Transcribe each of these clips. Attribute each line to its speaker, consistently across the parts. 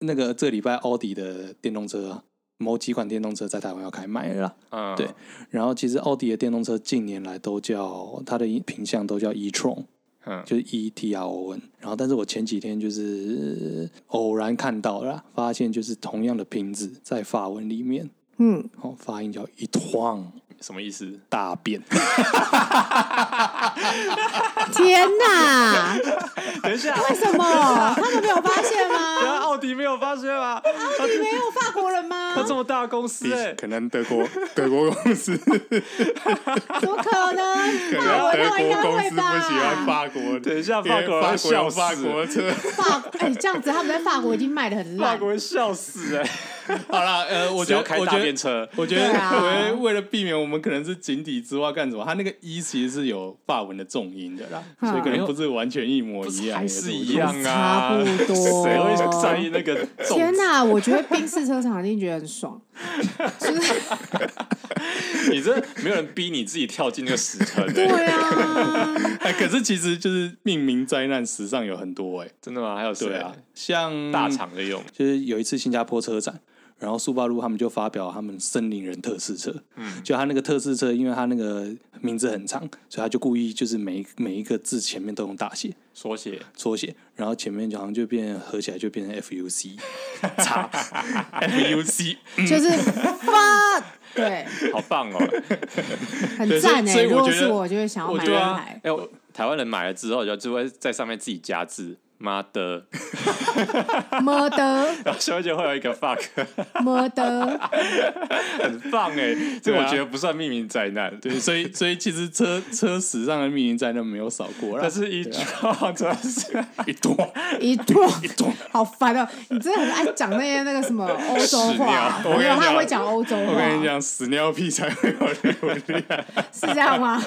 Speaker 1: 那个这礼拜奥迪的电动车啊，某几款电动车在台湾要开卖了啦。
Speaker 2: 嗯，
Speaker 1: 对然后其实奥迪的电动车近年来都叫它的品相都叫 e-tron，
Speaker 2: 嗯，
Speaker 1: 就是 E T R O N。然后，但是我前几天就是偶然看到了啦，发现就是同样的瓶子在法文里面，
Speaker 3: 嗯，
Speaker 1: 哦，发音叫 e-tron，
Speaker 2: 什么意思？
Speaker 1: 大便。
Speaker 3: 天 哪，
Speaker 2: 等一下，
Speaker 3: 为什么他们没有发现
Speaker 2: 原来
Speaker 3: 吗？
Speaker 2: 奥迪没有发现吗？
Speaker 4: 啊
Speaker 3: 你没有法国人吗？
Speaker 2: 他这么大公司哎、
Speaker 1: 可能德国德国公 司，
Speaker 3: 怎么可能？
Speaker 4: 可
Speaker 3: 法
Speaker 4: 能
Speaker 3: 国
Speaker 4: 德
Speaker 3: 人应
Speaker 4: 国
Speaker 3: 该
Speaker 4: 公
Speaker 3: 会
Speaker 4: 司不
Speaker 3: 吧？
Speaker 4: 喜欢 法国，
Speaker 2: 等一下，
Speaker 4: 因为
Speaker 2: 法国人会
Speaker 4: 法国有
Speaker 2: 笑
Speaker 4: 法
Speaker 2: 死，
Speaker 4: 国车。
Speaker 3: 法哎、这样子他们在法国已经卖的很
Speaker 2: 法
Speaker 3: 烂
Speaker 2: 国。人笑死哎、
Speaker 4: 好啦，呃，我
Speaker 2: 我
Speaker 4: 觉
Speaker 2: 觉得
Speaker 4: 得
Speaker 2: 开
Speaker 4: 我
Speaker 2: 大
Speaker 4: 觉
Speaker 2: 便
Speaker 4: 得
Speaker 2: 车，
Speaker 4: 我觉得，
Speaker 3: 对啊
Speaker 4: 我觉得为了避免我们可能是井底之蛙干什么，他那个一其实是有法文的重音的啦，
Speaker 3: 嗯
Speaker 4: 所以可能不是完全一模一样，
Speaker 2: 还是
Speaker 4: 也
Speaker 2: 一样
Speaker 3: 差
Speaker 2: 啊，
Speaker 3: 不多
Speaker 2: 谁会在意那个重字？
Speaker 3: 天哪、我觉得宾士车厂一定觉得很爽，就是
Speaker 2: 你这没有人逼你自己跳进那个死坑、欸，
Speaker 3: 对啊，
Speaker 4: 哎，可是其实就是命名灾难，史上有很多哎、
Speaker 2: 真的吗？还有谁
Speaker 4: 对啊，像
Speaker 2: 大厂的用，
Speaker 1: 就是有一次新加坡车展，然后速霸路他们就发表他们森林人特试车，嗯，就他那个特试车，因为他那个名字很长，所以他就故意就是每一每一个字前面都用大写
Speaker 2: 缩写
Speaker 1: 缩写，然后前面就好像就变合起来就变成 FUC，
Speaker 4: FUC，
Speaker 3: 就是发，对，
Speaker 2: 好棒哦！
Speaker 3: 很赞哎、
Speaker 4: 对所以所以
Speaker 3: 如
Speaker 4: 我
Speaker 3: 果
Speaker 4: 觉得
Speaker 3: 是我，就会想要买
Speaker 4: 我
Speaker 3: 一
Speaker 4: 觉得啊
Speaker 3: 台。
Speaker 2: 哎、我台湾人买了之后，就就会在上面自己加字，妈的，
Speaker 3: 么的
Speaker 2: 然后下面就会有一个 fuck，
Speaker 3: 么的，
Speaker 2: 很棒哎、这
Speaker 4: 对
Speaker 2: 我
Speaker 4: 啊
Speaker 2: 觉得不算命名灾难，对
Speaker 1: 啊
Speaker 4: 对， 所以所以其实车车史上的命名灾难没有少过啦，
Speaker 2: 但是一撞真的是
Speaker 4: 一多
Speaker 3: 一坨一坨，好烦哦！你真的很爱讲那些那个什么欧洲
Speaker 4: 屎
Speaker 3: 话
Speaker 4: 尿，我跟你
Speaker 3: 没有他
Speaker 4: 讲
Speaker 3: 也会讲欧洲话，
Speaker 4: 我跟你讲，屎尿屁 才会有流利。
Speaker 3: 是这样吗？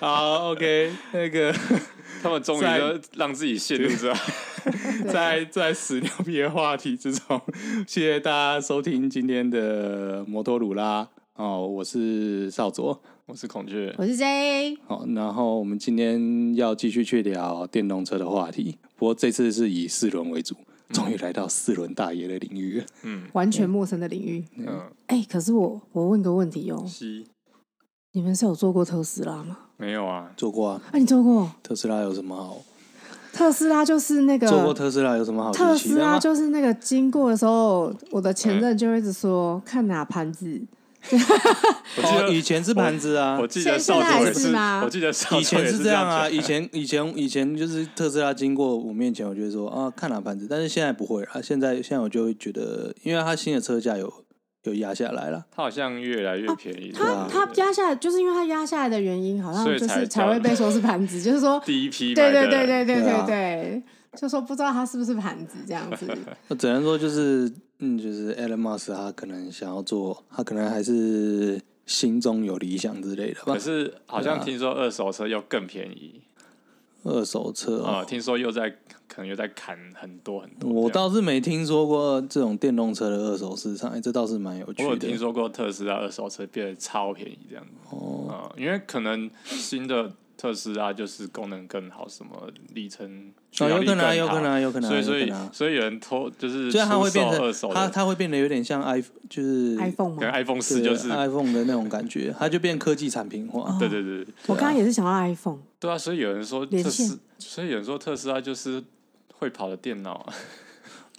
Speaker 4: 好，OK，那个
Speaker 2: 他们终于
Speaker 4: 在
Speaker 2: 都让自己陷入这
Speaker 4: 在在屎尿屁的话题之中， 谢谢大家收听今天的摩托鲁拉哦，我是少佐。 哦
Speaker 2: 我是孔雀，
Speaker 3: 我是 J，
Speaker 1: 好，然后我们今天要继续去聊电动车的话题，不过这次是以四轮为主，终于来到四轮大爷的领域了。
Speaker 3: 完全陌生的领域。
Speaker 2: 嗯，
Speaker 3: 哎、可是我我问个问题哦，
Speaker 2: 西
Speaker 3: 你们是有做过特斯拉吗？
Speaker 2: 没有啊，
Speaker 1: 做过啊，
Speaker 3: 啊，你做过？
Speaker 1: 特斯拉有什么好？
Speaker 3: 特斯拉就是那个
Speaker 1: 做过特斯拉有什么好
Speaker 3: 啊
Speaker 4: 啊
Speaker 3: 特
Speaker 1: 稀奇
Speaker 3: 斯
Speaker 1: 的
Speaker 3: 拉
Speaker 1: 吗？
Speaker 3: 就是那个经过的时候，我的前任就会一直说
Speaker 4: 哎
Speaker 3: 看哪盘子，
Speaker 2: 我记
Speaker 1: 哦，
Speaker 2: 得
Speaker 1: 以前是盘子啊，
Speaker 2: 我记得
Speaker 3: 现
Speaker 2: 少
Speaker 3: 在
Speaker 2: 佐也
Speaker 3: 还是吗
Speaker 2: 我记得少
Speaker 1: 以
Speaker 2: 佐
Speaker 1: 前
Speaker 2: 也
Speaker 1: 是
Speaker 2: 这
Speaker 1: 这样啊，
Speaker 2: 讲
Speaker 1: 以前以前以前就是特斯拉经过我面前，我就会说啊，看哪盘子。但是现在不会了，现在现在我就会觉得，因为它新的车价有有压下来了，
Speaker 2: 它好像越来越便宜，
Speaker 3: 哦
Speaker 4: 啊
Speaker 3: 他
Speaker 2: 对
Speaker 3: 他压下来，就是因为他压下来的原因，好像
Speaker 2: 所以
Speaker 3: 就
Speaker 2: 才
Speaker 3: 是
Speaker 2: 叫
Speaker 3: 才会被说是盘子，就是说，
Speaker 2: 第一批买
Speaker 3: 对
Speaker 2: 的人
Speaker 3: 对对对对
Speaker 1: 对
Speaker 3: 对
Speaker 1: 啊
Speaker 3: 对，就说不知道他是不是盘子这样 子，
Speaker 1: 那只能说就是嗯，就是 Elon Musk 他可能想要做，他可能还是心中有理想之类的吧
Speaker 2: 可。是好
Speaker 1: 啊
Speaker 2: 像听说二手车又更便宜
Speaker 1: 二手车、
Speaker 2: 啊、呃
Speaker 1: 哦，
Speaker 2: 听说又在可能又在砍很多很多。
Speaker 1: 我
Speaker 2: 这样
Speaker 1: 倒是没听说过这种电动车的二手市场，哎、这倒是蛮有
Speaker 2: 我有
Speaker 1: 趣
Speaker 2: 听
Speaker 1: 的。
Speaker 2: 说过特斯拉二手车变得超便宜这样子哦、呃因为可能新的特斯拉就是功能更好，什么里程
Speaker 1: 啊，
Speaker 2: 续航
Speaker 1: 有
Speaker 2: 力
Speaker 1: 可
Speaker 2: 更
Speaker 1: 能、
Speaker 2: 好，
Speaker 1: 啊，有可能、啊，有可能、啊，
Speaker 2: 所以所
Speaker 1: 有可
Speaker 2: 以
Speaker 1: 能啊
Speaker 2: 所以有人偷 就是
Speaker 1: 就是它会变
Speaker 2: 出售二手
Speaker 1: 成它，
Speaker 2: 的，
Speaker 1: 它会变得有点像 iPhone，就是
Speaker 3: iPhone
Speaker 2: 跟
Speaker 3: 吗？
Speaker 2: iPhone 四
Speaker 1: 对啊
Speaker 2: 就是
Speaker 1: iPhone 的那种感觉，它就变科技产品化。
Speaker 2: 对对对对
Speaker 3: 我刚刚也是想到 iPhone，
Speaker 2: 对啊，所以有人说
Speaker 3: 连
Speaker 2: 特斯
Speaker 3: 线，
Speaker 2: 所以有人说特斯拉就是会跑的电脑啊，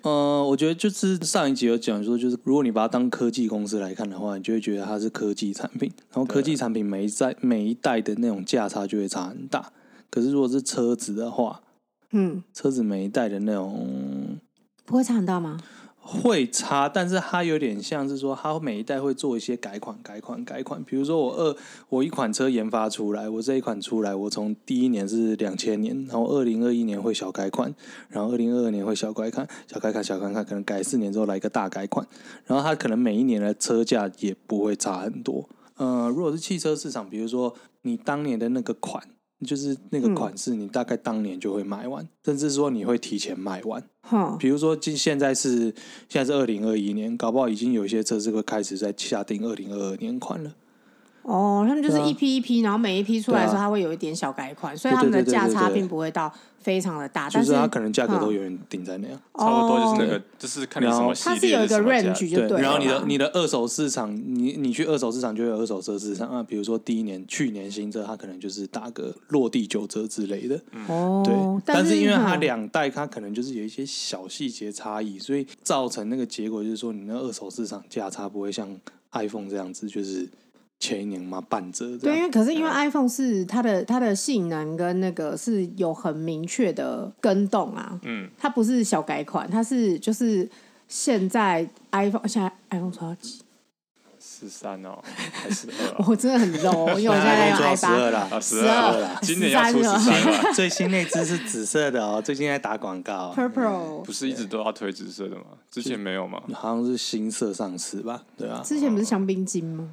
Speaker 1: 呃，我觉得就是上一集有讲说，就是如果你把它当科技公司来看的话，你就会觉得它是科技产品，然后科技产品每一代每一代的那种价差就会差很大。可是如果是车子的话，
Speaker 3: 嗯，
Speaker 1: 车子每一代的那种
Speaker 3: 不会差很大吗？
Speaker 1: 会差，但是它有点像是说，它每一代会做一些改款、改款、改款。比如说我二我一款车研发出来，我这一款出来，我从第一年是两千年，然后二零二一年会小改款，然后二零二二年会小改款、小改款、小改款，可能改四年之后来一个大改款，然后它可能每一年的车价也不会差很多。呃，如果是汽车市场，比如说你当年的那个款，就是那个
Speaker 3: 嗯
Speaker 1: 款式，你大概当年就会卖完，甚至说你会提前卖完。
Speaker 3: 哼，
Speaker 1: 比如说，今现在是现在是二零二一年，搞不好已经有一些车是会开始在下定二零二二年款了。
Speaker 3: 哦，他们就是
Speaker 1: 对啊
Speaker 3: 一批一批，然后每一批出来的时候，
Speaker 1: 对啊
Speaker 3: 它会有一点小改款，所以他们的
Speaker 1: 对对对
Speaker 3: 价差
Speaker 1: 对对
Speaker 3: 并不会到非常的大，
Speaker 1: 就
Speaker 3: 但
Speaker 1: 是
Speaker 3: 是
Speaker 1: 它可能价格都
Speaker 3: 嗯
Speaker 1: 永远顶在那样。
Speaker 2: 差不多就是那
Speaker 3: 哦
Speaker 2: 个，就是看你什么系
Speaker 3: 它
Speaker 2: 列
Speaker 3: 是有一个
Speaker 2: 什么价
Speaker 3: range 就了
Speaker 1: 然后你的
Speaker 3: 啦
Speaker 1: 你的二手市场，你你去二手市场就有二手车市场啊，比如说第一年去年新车，它可能就是打个落地九折之类的，
Speaker 3: 哦
Speaker 1: 嗯对，。但
Speaker 3: 是
Speaker 1: 因为它
Speaker 3: 嗯
Speaker 1: 两代，它可能就是有一些小细节差异，所以造成那个结果就是说，你那二手市场价差不会像 iPhone 这样子，就是前一年嘛半折这
Speaker 3: 对，因
Speaker 1: 样。
Speaker 3: 为可是因为
Speaker 1: 啊
Speaker 3: iPhone 是它的它的性能跟那个是有很明确的跟动啊，
Speaker 2: 嗯，
Speaker 3: 它不是小改款，它是就是现在 iPhone 现在 iPhone 多少几？
Speaker 2: 十三哦，还是二啊？
Speaker 3: 我哦真的很 low，因为我 现在用
Speaker 1: 抓
Speaker 3: i
Speaker 1: 十二
Speaker 3: 八，
Speaker 1: 啦
Speaker 2: 啊，
Speaker 3: 十
Speaker 2: 二
Speaker 3: 二
Speaker 2: 啦，今年要出十
Speaker 3: 13
Speaker 2: 三了，
Speaker 1: 最新那只是紫色的哦，最近在打广告，
Speaker 3: Purple
Speaker 2: 不是一直都要推紫色的吗？之前没有吗？
Speaker 1: 好像是新色上市吧？对啊，
Speaker 3: 之前不是香槟金吗？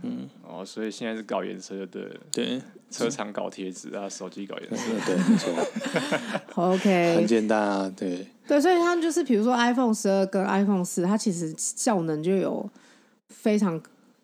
Speaker 2: 哦，所以现在是搞颜色就对了，
Speaker 1: 对，
Speaker 2: 车厂搞贴纸啊，手机搞颜色。
Speaker 1: 对，没错，
Speaker 3: 好
Speaker 1: 很
Speaker 3: OK，
Speaker 1: 简单啊，对。
Speaker 3: 对，所以它就是比如说 iPhone 十二跟 iPhone 四，它其实效能就有非常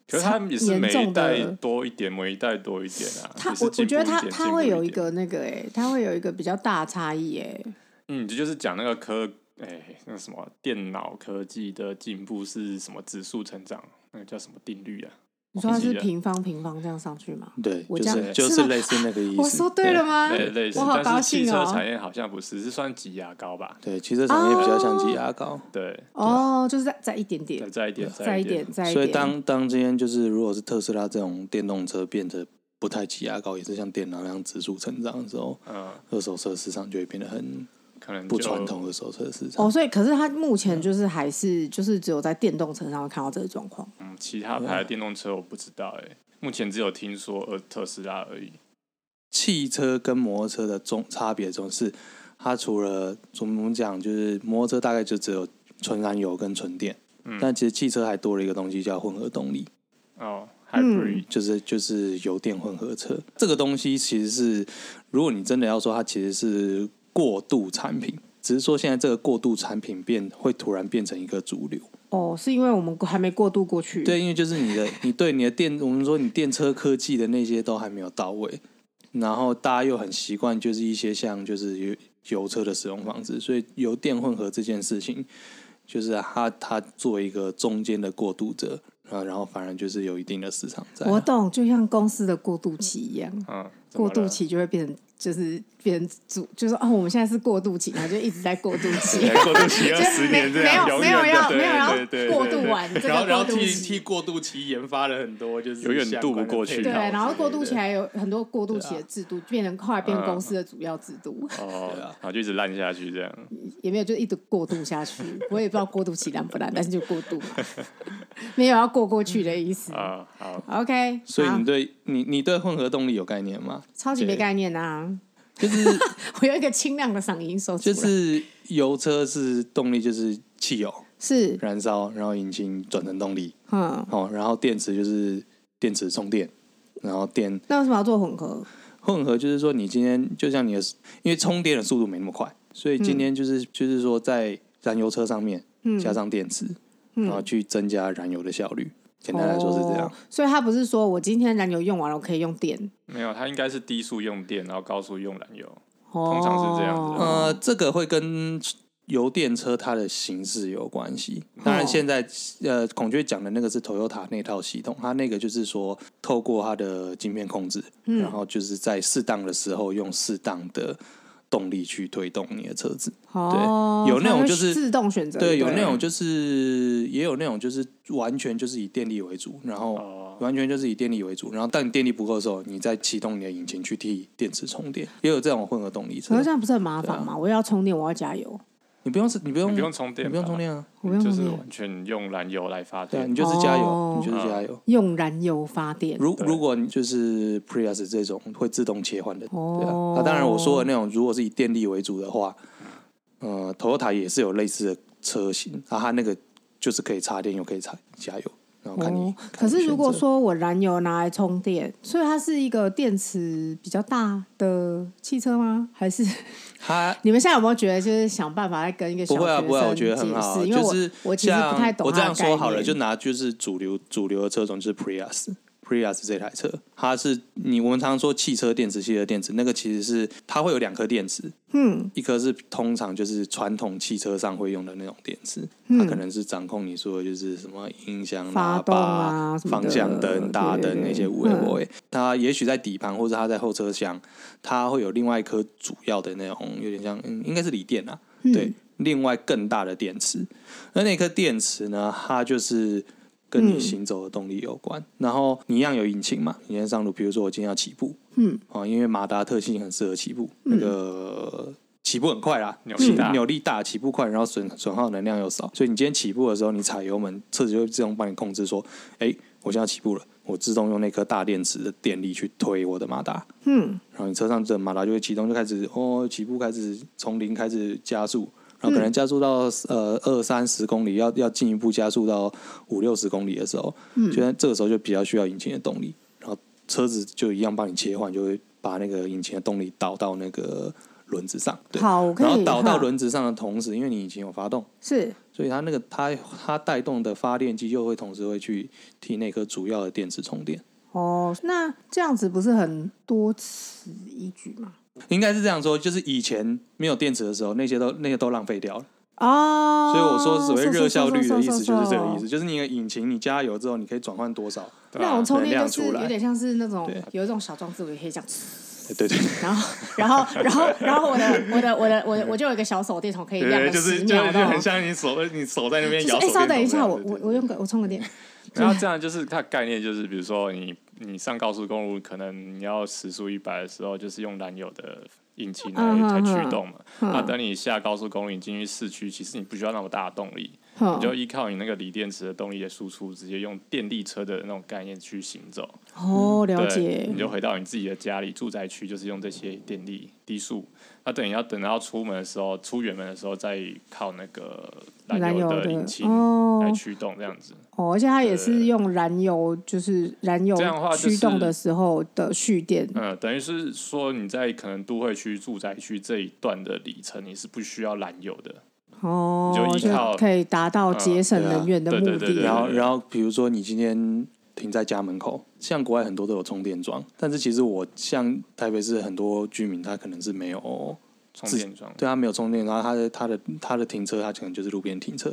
Speaker 2: 可是他们也是每一代
Speaker 3: 严重的
Speaker 2: 多一点，每一代多一点啊。
Speaker 3: 它
Speaker 2: 也是
Speaker 3: 我我
Speaker 2: 进步
Speaker 3: 觉得它
Speaker 2: 点
Speaker 3: 它会有一，
Speaker 2: 进步
Speaker 3: 个那个哎、它会有一个比较大的差异哎、
Speaker 2: 点嗯，这就是讲那个科，哎、那个什么电脑科技的进步是什么指数成长，那个叫什么定律啊？
Speaker 3: 你说它
Speaker 2: 忘
Speaker 3: 是
Speaker 2: 记了
Speaker 3: 平方平方这样上去吗？
Speaker 1: 对，
Speaker 3: 我
Speaker 1: 就
Speaker 3: 这
Speaker 1: 是
Speaker 3: 样
Speaker 1: 就是是
Speaker 3: 吗
Speaker 1: 类似那个意思。
Speaker 3: 我说对了吗？
Speaker 2: 类类似
Speaker 3: 啊我，好高
Speaker 2: 但是汽
Speaker 3: 兴
Speaker 2: 车产
Speaker 3: 哦！
Speaker 2: 业好像不是，是算挤牙膏吧？
Speaker 1: 对，对，汽车产业比较像挤牙膏，
Speaker 2: 对，
Speaker 3: 哦，就是再再一点
Speaker 2: 再
Speaker 3: 点，
Speaker 2: 再一点，
Speaker 3: 再
Speaker 2: 一
Speaker 3: 一点，，再一点。
Speaker 1: 所以当当今天就是如果是特斯拉这种电动车变得不太挤牙膏，也是像电脑那样指数成长的时候，
Speaker 2: 嗯，
Speaker 1: 二手车市场就会变得很
Speaker 2: 可能
Speaker 1: 不
Speaker 2: 就
Speaker 1: 传统。的二手车市场。
Speaker 3: 哦，所以可是它
Speaker 2: 嗯
Speaker 3: 目前就是还是就是只有在电动车上会看到这个状况。
Speaker 2: 嗯，其他牌的电动车我不知道哎、目前只有听说呃特斯拉而已。
Speaker 1: 汽车跟摩托车的中差别中是，它除了我们讲就是摩托车大概就只有纯燃油跟纯电，
Speaker 2: 嗯
Speaker 1: 但其实汽车还多了一个东西叫混合动力。
Speaker 2: 哦，Hybrid，
Speaker 3: 嗯
Speaker 1: 就是就是油电混合车这个东西，其实是如果你真的要说它其实是过渡产品，只是说现在这个过渡产品变会突然变成一个主流。
Speaker 3: 哦，是因为我们还没过渡过去。
Speaker 1: 对，因为就是你的你对你的电，我们说你电车科技的那些都还没有到位，然后大家又很习惯就是一些像就是油油车的使用方式，所以油电混合这件事情，就是它它做一个中间的过渡者。啊，然后反而就是有一定的市场在啊、
Speaker 3: 我懂，就像公司的过渡期一样，
Speaker 2: 嗯，怎么
Speaker 3: 过
Speaker 2: 了
Speaker 3: 渡，期就会变成就是变成主，就是哦，我们现在是过渡期，它就一直在过渡期。
Speaker 2: 对哎过渡期二
Speaker 3: 就是
Speaker 2: 十
Speaker 3: 没
Speaker 2: 年这样，
Speaker 3: 没有
Speaker 2: 遥
Speaker 3: 没
Speaker 2: 远的对
Speaker 3: 有要没有要
Speaker 2: 对对对
Speaker 3: 过
Speaker 2: 对
Speaker 3: 渡完这个
Speaker 4: 然后然
Speaker 3: 过
Speaker 4: 后
Speaker 3: 渡
Speaker 4: 替替
Speaker 3: 期，
Speaker 4: 过渡期研发了很多，就是
Speaker 2: 永远
Speaker 4: 相
Speaker 2: 渡不
Speaker 4: 关的
Speaker 2: 过
Speaker 4: 配
Speaker 2: 去
Speaker 3: 对，
Speaker 4: 套
Speaker 3: 然后
Speaker 4: 之
Speaker 3: 过
Speaker 4: 类
Speaker 3: 渡
Speaker 4: 的
Speaker 3: 期还有很多过渡期的制度，变成快变
Speaker 2: 嗯
Speaker 3: 公司的主要制度。
Speaker 2: 哦，
Speaker 1: 对啊
Speaker 2: 然后就一直烂下去这样。
Speaker 3: 也没有就一直过渡下去，我也不知道过渡期难不难，但是就过渡嘛，没有要过过去的意思。
Speaker 2: 啊，好，
Speaker 3: OK，
Speaker 1: 所以
Speaker 3: 好
Speaker 1: 你对你你对混合动力有概念吗？
Speaker 3: 超级没概念啊！
Speaker 1: 就是
Speaker 3: 我有一个清亮的嗓音说出
Speaker 1: 就
Speaker 3: 来，
Speaker 1: 是油车是动力就是汽油
Speaker 3: 是
Speaker 1: 燃烧，然后引擎转成动力，
Speaker 3: 嗯，
Speaker 1: 哦，然后电池就是电池充电，然后电
Speaker 3: 那为什么要做混合？
Speaker 1: 混合就是说你今天就像你的，因为充电的速度没那么快，所以今天就是、就是说在燃油车上面
Speaker 3: 嗯，
Speaker 1: 加上电池，然后
Speaker 3: 嗯，
Speaker 1: 去增加燃油的效率。简单来说是这样
Speaker 3: 哦，所以他不是说我今天燃油用完了，我可以用电，
Speaker 2: 没有，它应该是低速用电，然后高速用燃油。
Speaker 3: 通
Speaker 2: 通常是这样子
Speaker 1: 呃，这个会跟油电车它的形式有关系。当然，现在呃，孔雀讲的那个是 Toyota 那套系统，它那个就是说透过它的晶片控制，然后就是在适当的时候用适当的动力去推动你的车子。
Speaker 3: 哦，
Speaker 1: 对有那种
Speaker 3: 它会
Speaker 1: 就是
Speaker 3: 自动选择，
Speaker 1: 对，
Speaker 3: 不
Speaker 1: 有那种就是也有那种就是完全就是以电力为主，然后。
Speaker 2: 哦，
Speaker 1: 完全就是以电力为主，然后当你电力不够的时候，你再启动你的引擎去替电池充电，也有这种混合动力车
Speaker 3: 可是。这样不是很麻
Speaker 1: 啊
Speaker 3: 烦吗？我要充电，我要加油，
Speaker 1: 你不用，你不用，
Speaker 2: 你不用充电，
Speaker 1: 你不用充，电啊，
Speaker 3: 我不用
Speaker 2: 就
Speaker 3: 充
Speaker 2: 是
Speaker 3: 电，
Speaker 2: 完全用燃油来发
Speaker 1: 对啊，
Speaker 2: 电
Speaker 1: 你。就是加油，
Speaker 3: 哦
Speaker 1: 你就是加油。
Speaker 3: 用燃油发电。
Speaker 1: 如
Speaker 2: 对
Speaker 1: 如果你就是 Prius 这种会自动切换的，对啊。
Speaker 3: 哦
Speaker 1: 那、，当然我说的那种，如果是以电力为主的话，呃，Toyota 也是有类似的车型，啊，它那个就是可以插电又可以插加油，然后看你。
Speaker 3: 哦
Speaker 1: 看你
Speaker 3: 可是
Speaker 1: 选
Speaker 3: 如果
Speaker 1: 择
Speaker 3: 说我燃油拿来充电，所以它是一个电池比较大的汽车吗？还是
Speaker 1: 它
Speaker 3: 你们现在有没有觉得就是想办法在跟一个小
Speaker 1: 不
Speaker 3: 学
Speaker 1: 会啊，
Speaker 3: 生
Speaker 1: 不会、啊，我觉得
Speaker 3: 解
Speaker 1: 很好啊，
Speaker 3: 释因为
Speaker 1: 就
Speaker 3: 我
Speaker 1: 是
Speaker 3: 我其实
Speaker 1: 像
Speaker 3: 不太懂
Speaker 1: 我这
Speaker 3: 它的
Speaker 1: 样说好了，
Speaker 3: 概念
Speaker 1: 就拿就是主流主流的车种就是 Prius， Prius 这台车，它是你我们常说汽车电池、汽车电池，那个其实是它会有两颗电池，
Speaker 3: 嗯，
Speaker 1: 一颗是通常就是传统汽车上会用的那种电池，它可能是掌控你说的就是什么音响、
Speaker 3: 嗯发
Speaker 1: 喇
Speaker 3: 动
Speaker 1: 叭、
Speaker 3: 啊什么的
Speaker 1: 方向灯、大
Speaker 3: 对
Speaker 1: 灯
Speaker 3: 对对嗯
Speaker 1: 那些无为无为。它也许在底盘或者它在后车厢，它会有另外一颗主要的那种有点像，嗯，应该是锂电啊，
Speaker 3: 嗯
Speaker 1: 对，另外更大的电池。那那颗电池呢，它就是跟你行走的动力有关。然后你一样有引擎嘛？你先上路，比如说我今天要起步，
Speaker 3: 嗯，
Speaker 1: 哦，因为马达特性很适合起步，那个起步很快啦，
Speaker 2: 扭力
Speaker 1: 起
Speaker 2: 大
Speaker 1: 扭力大，起步快，然后损损耗能量又少，所以你今天起步的时候，你踩油门，车子就会自动帮你控制说，哎、我现在要起步了，我自动用那颗大电池的电力去推我的马达，
Speaker 3: 嗯，
Speaker 1: 然后你车上的马达就会启动，就开始哦，起步开始从零开始加速，然
Speaker 3: 嗯
Speaker 1: 后可能加速到、呃二三十公里，要要进一步加速到五六十公里的时候，嗯，就在这个时候就比较需要引擎的动力，然后车子就一样帮你切换，就会把那个引擎的动力导到那个轮子上，对，
Speaker 3: 好，我可以
Speaker 1: 然后导到
Speaker 3: 哈
Speaker 1: 轮子上的同时，因为你引擎有发动，
Speaker 3: 是
Speaker 1: 所以它那个它它带动的发电机就会同时会去替那颗主要的电池充电。
Speaker 3: 哦，那这样子不是很多此一举吗？
Speaker 1: 应该是这样说，就是以前没有电池的时候，那些都那些都浪费掉了。
Speaker 3: 哦，
Speaker 1: 所以我说所谓热效率的意思就是这个意
Speaker 3: 嗖嗖嗖嗖嗖
Speaker 1: 思，就是你的引擎你加油之后，你可以转换多少？
Speaker 3: 那种充电就是
Speaker 1: 能量出来
Speaker 3: 有点像是那种
Speaker 1: 对
Speaker 3: 有一种小装置，我也可以这样，
Speaker 1: 对对对，
Speaker 3: 然后然后然后然后我的我的我的我的我就有一个小手电筒可以亮
Speaker 2: 对，
Speaker 3: 个
Speaker 2: 就是
Speaker 3: 十
Speaker 2: 就
Speaker 3: 秒
Speaker 2: 是就
Speaker 3: 的哦，
Speaker 2: 很像你手你手在那边
Speaker 3: 就是
Speaker 2: 摇手
Speaker 3: 哎，
Speaker 2: 电筒
Speaker 3: 稍等一
Speaker 2: 这
Speaker 3: 下，
Speaker 2: 样
Speaker 3: 我
Speaker 2: 对
Speaker 3: 我
Speaker 2: 对
Speaker 3: 我用个我充个电，
Speaker 2: 然后这样就是它的概念就是，比如说你你上高速公路，可能你要时速一百的时候，就是用燃油的引擎
Speaker 3: 嗯
Speaker 2: 来
Speaker 3: 哼
Speaker 2: 来
Speaker 3: 哼
Speaker 2: 驱动嘛。
Speaker 3: 嗯
Speaker 2: 那等你下高速公路，你进去市区，其实你不需要那么大的动力，
Speaker 3: 哼
Speaker 2: 你就依靠你那个锂电池的动力的输出，直接用电力车的那种概念去行走。
Speaker 3: 哦，了
Speaker 2: 对，
Speaker 3: 解
Speaker 2: 你，就回到你自己的家里住宅区，就是用这些电力低速。那等你要等到出门的时候，出远门的时候再靠那个燃油
Speaker 3: 燃油的
Speaker 2: 的引擎
Speaker 3: 哦
Speaker 2: 来驱动，这样子。
Speaker 3: 哦，而且它也是用燃油，就是燃油
Speaker 2: 这样的话就是
Speaker 3: 驱动的时候的蓄电，
Speaker 2: 嗯，等于是说你在可能都会区、住宅区这一段的里程，你是不需要燃油的。
Speaker 3: 哦，
Speaker 2: 你就依靠呃
Speaker 3: 可以达到节省能源的目
Speaker 2: 嗯对啊对对对对
Speaker 3: 的。
Speaker 1: 然后然后比如说你今天停在家门口，像国外很多都有充电桩，但是其实我像台北市很多居民他可能是没有，
Speaker 2: 充
Speaker 1: 自
Speaker 2: 电桩，
Speaker 1: 对他没有充电桩，他的他的他的停车他可能就是路边停车，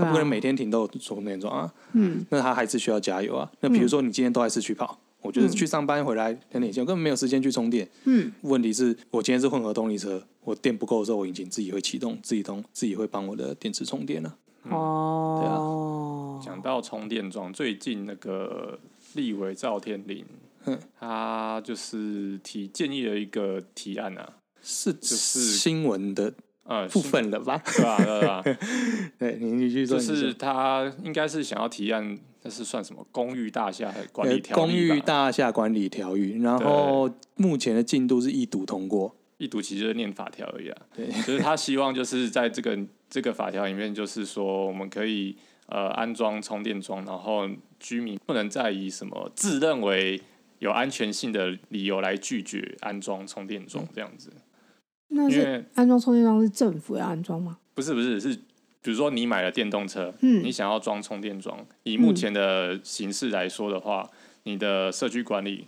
Speaker 1: 他不可能
Speaker 3: 啊，
Speaker 1: 每天停都有充电桩啊，
Speaker 3: 嗯，
Speaker 1: 那他还是需要加油啊。那比如说你今天都在市区跑，我就是去上班回来很点钱，我根本没有时间去充电。
Speaker 3: 嗯，
Speaker 1: 问题是我今天是混合动力车，我电不够的时候，我引擎自己会启动，自己动，自己会帮我的电池充电啊。
Speaker 3: 哦，
Speaker 2: 讲到充电桩，最近那个立委赵天麟，他就是提建议了一个提案啊，
Speaker 1: 是
Speaker 2: 就是
Speaker 1: 新闻的
Speaker 2: 呃，
Speaker 1: 部分了吧？
Speaker 2: 是对吧？对啊吧？
Speaker 1: 对，你你去说，
Speaker 2: 就
Speaker 1: 你
Speaker 2: 是
Speaker 1: 去
Speaker 2: 他应该是想要提案，那是算什么公寓大厦的管
Speaker 1: 呃
Speaker 2: 理条
Speaker 1: 公
Speaker 2: 例吧
Speaker 1: 寓大厦管理条例，然后目前的进度是一读通过，
Speaker 2: 一读其实就是念法条而已啊。对，就是他希望就是在这个这个法条里面，就是说我们可以呃安装充电桩，然后居民不能再以什么自认为有安全性的理由来拒绝安装充电桩这样子，
Speaker 3: 那
Speaker 2: 因
Speaker 3: 是
Speaker 2: 为
Speaker 3: 安装充电桩是政府要安装吗？
Speaker 2: 不是不是是。比如说，你买了电动车，
Speaker 3: 嗯
Speaker 2: 你想要装充电桩，以目前的形式来说的话，你的社区管理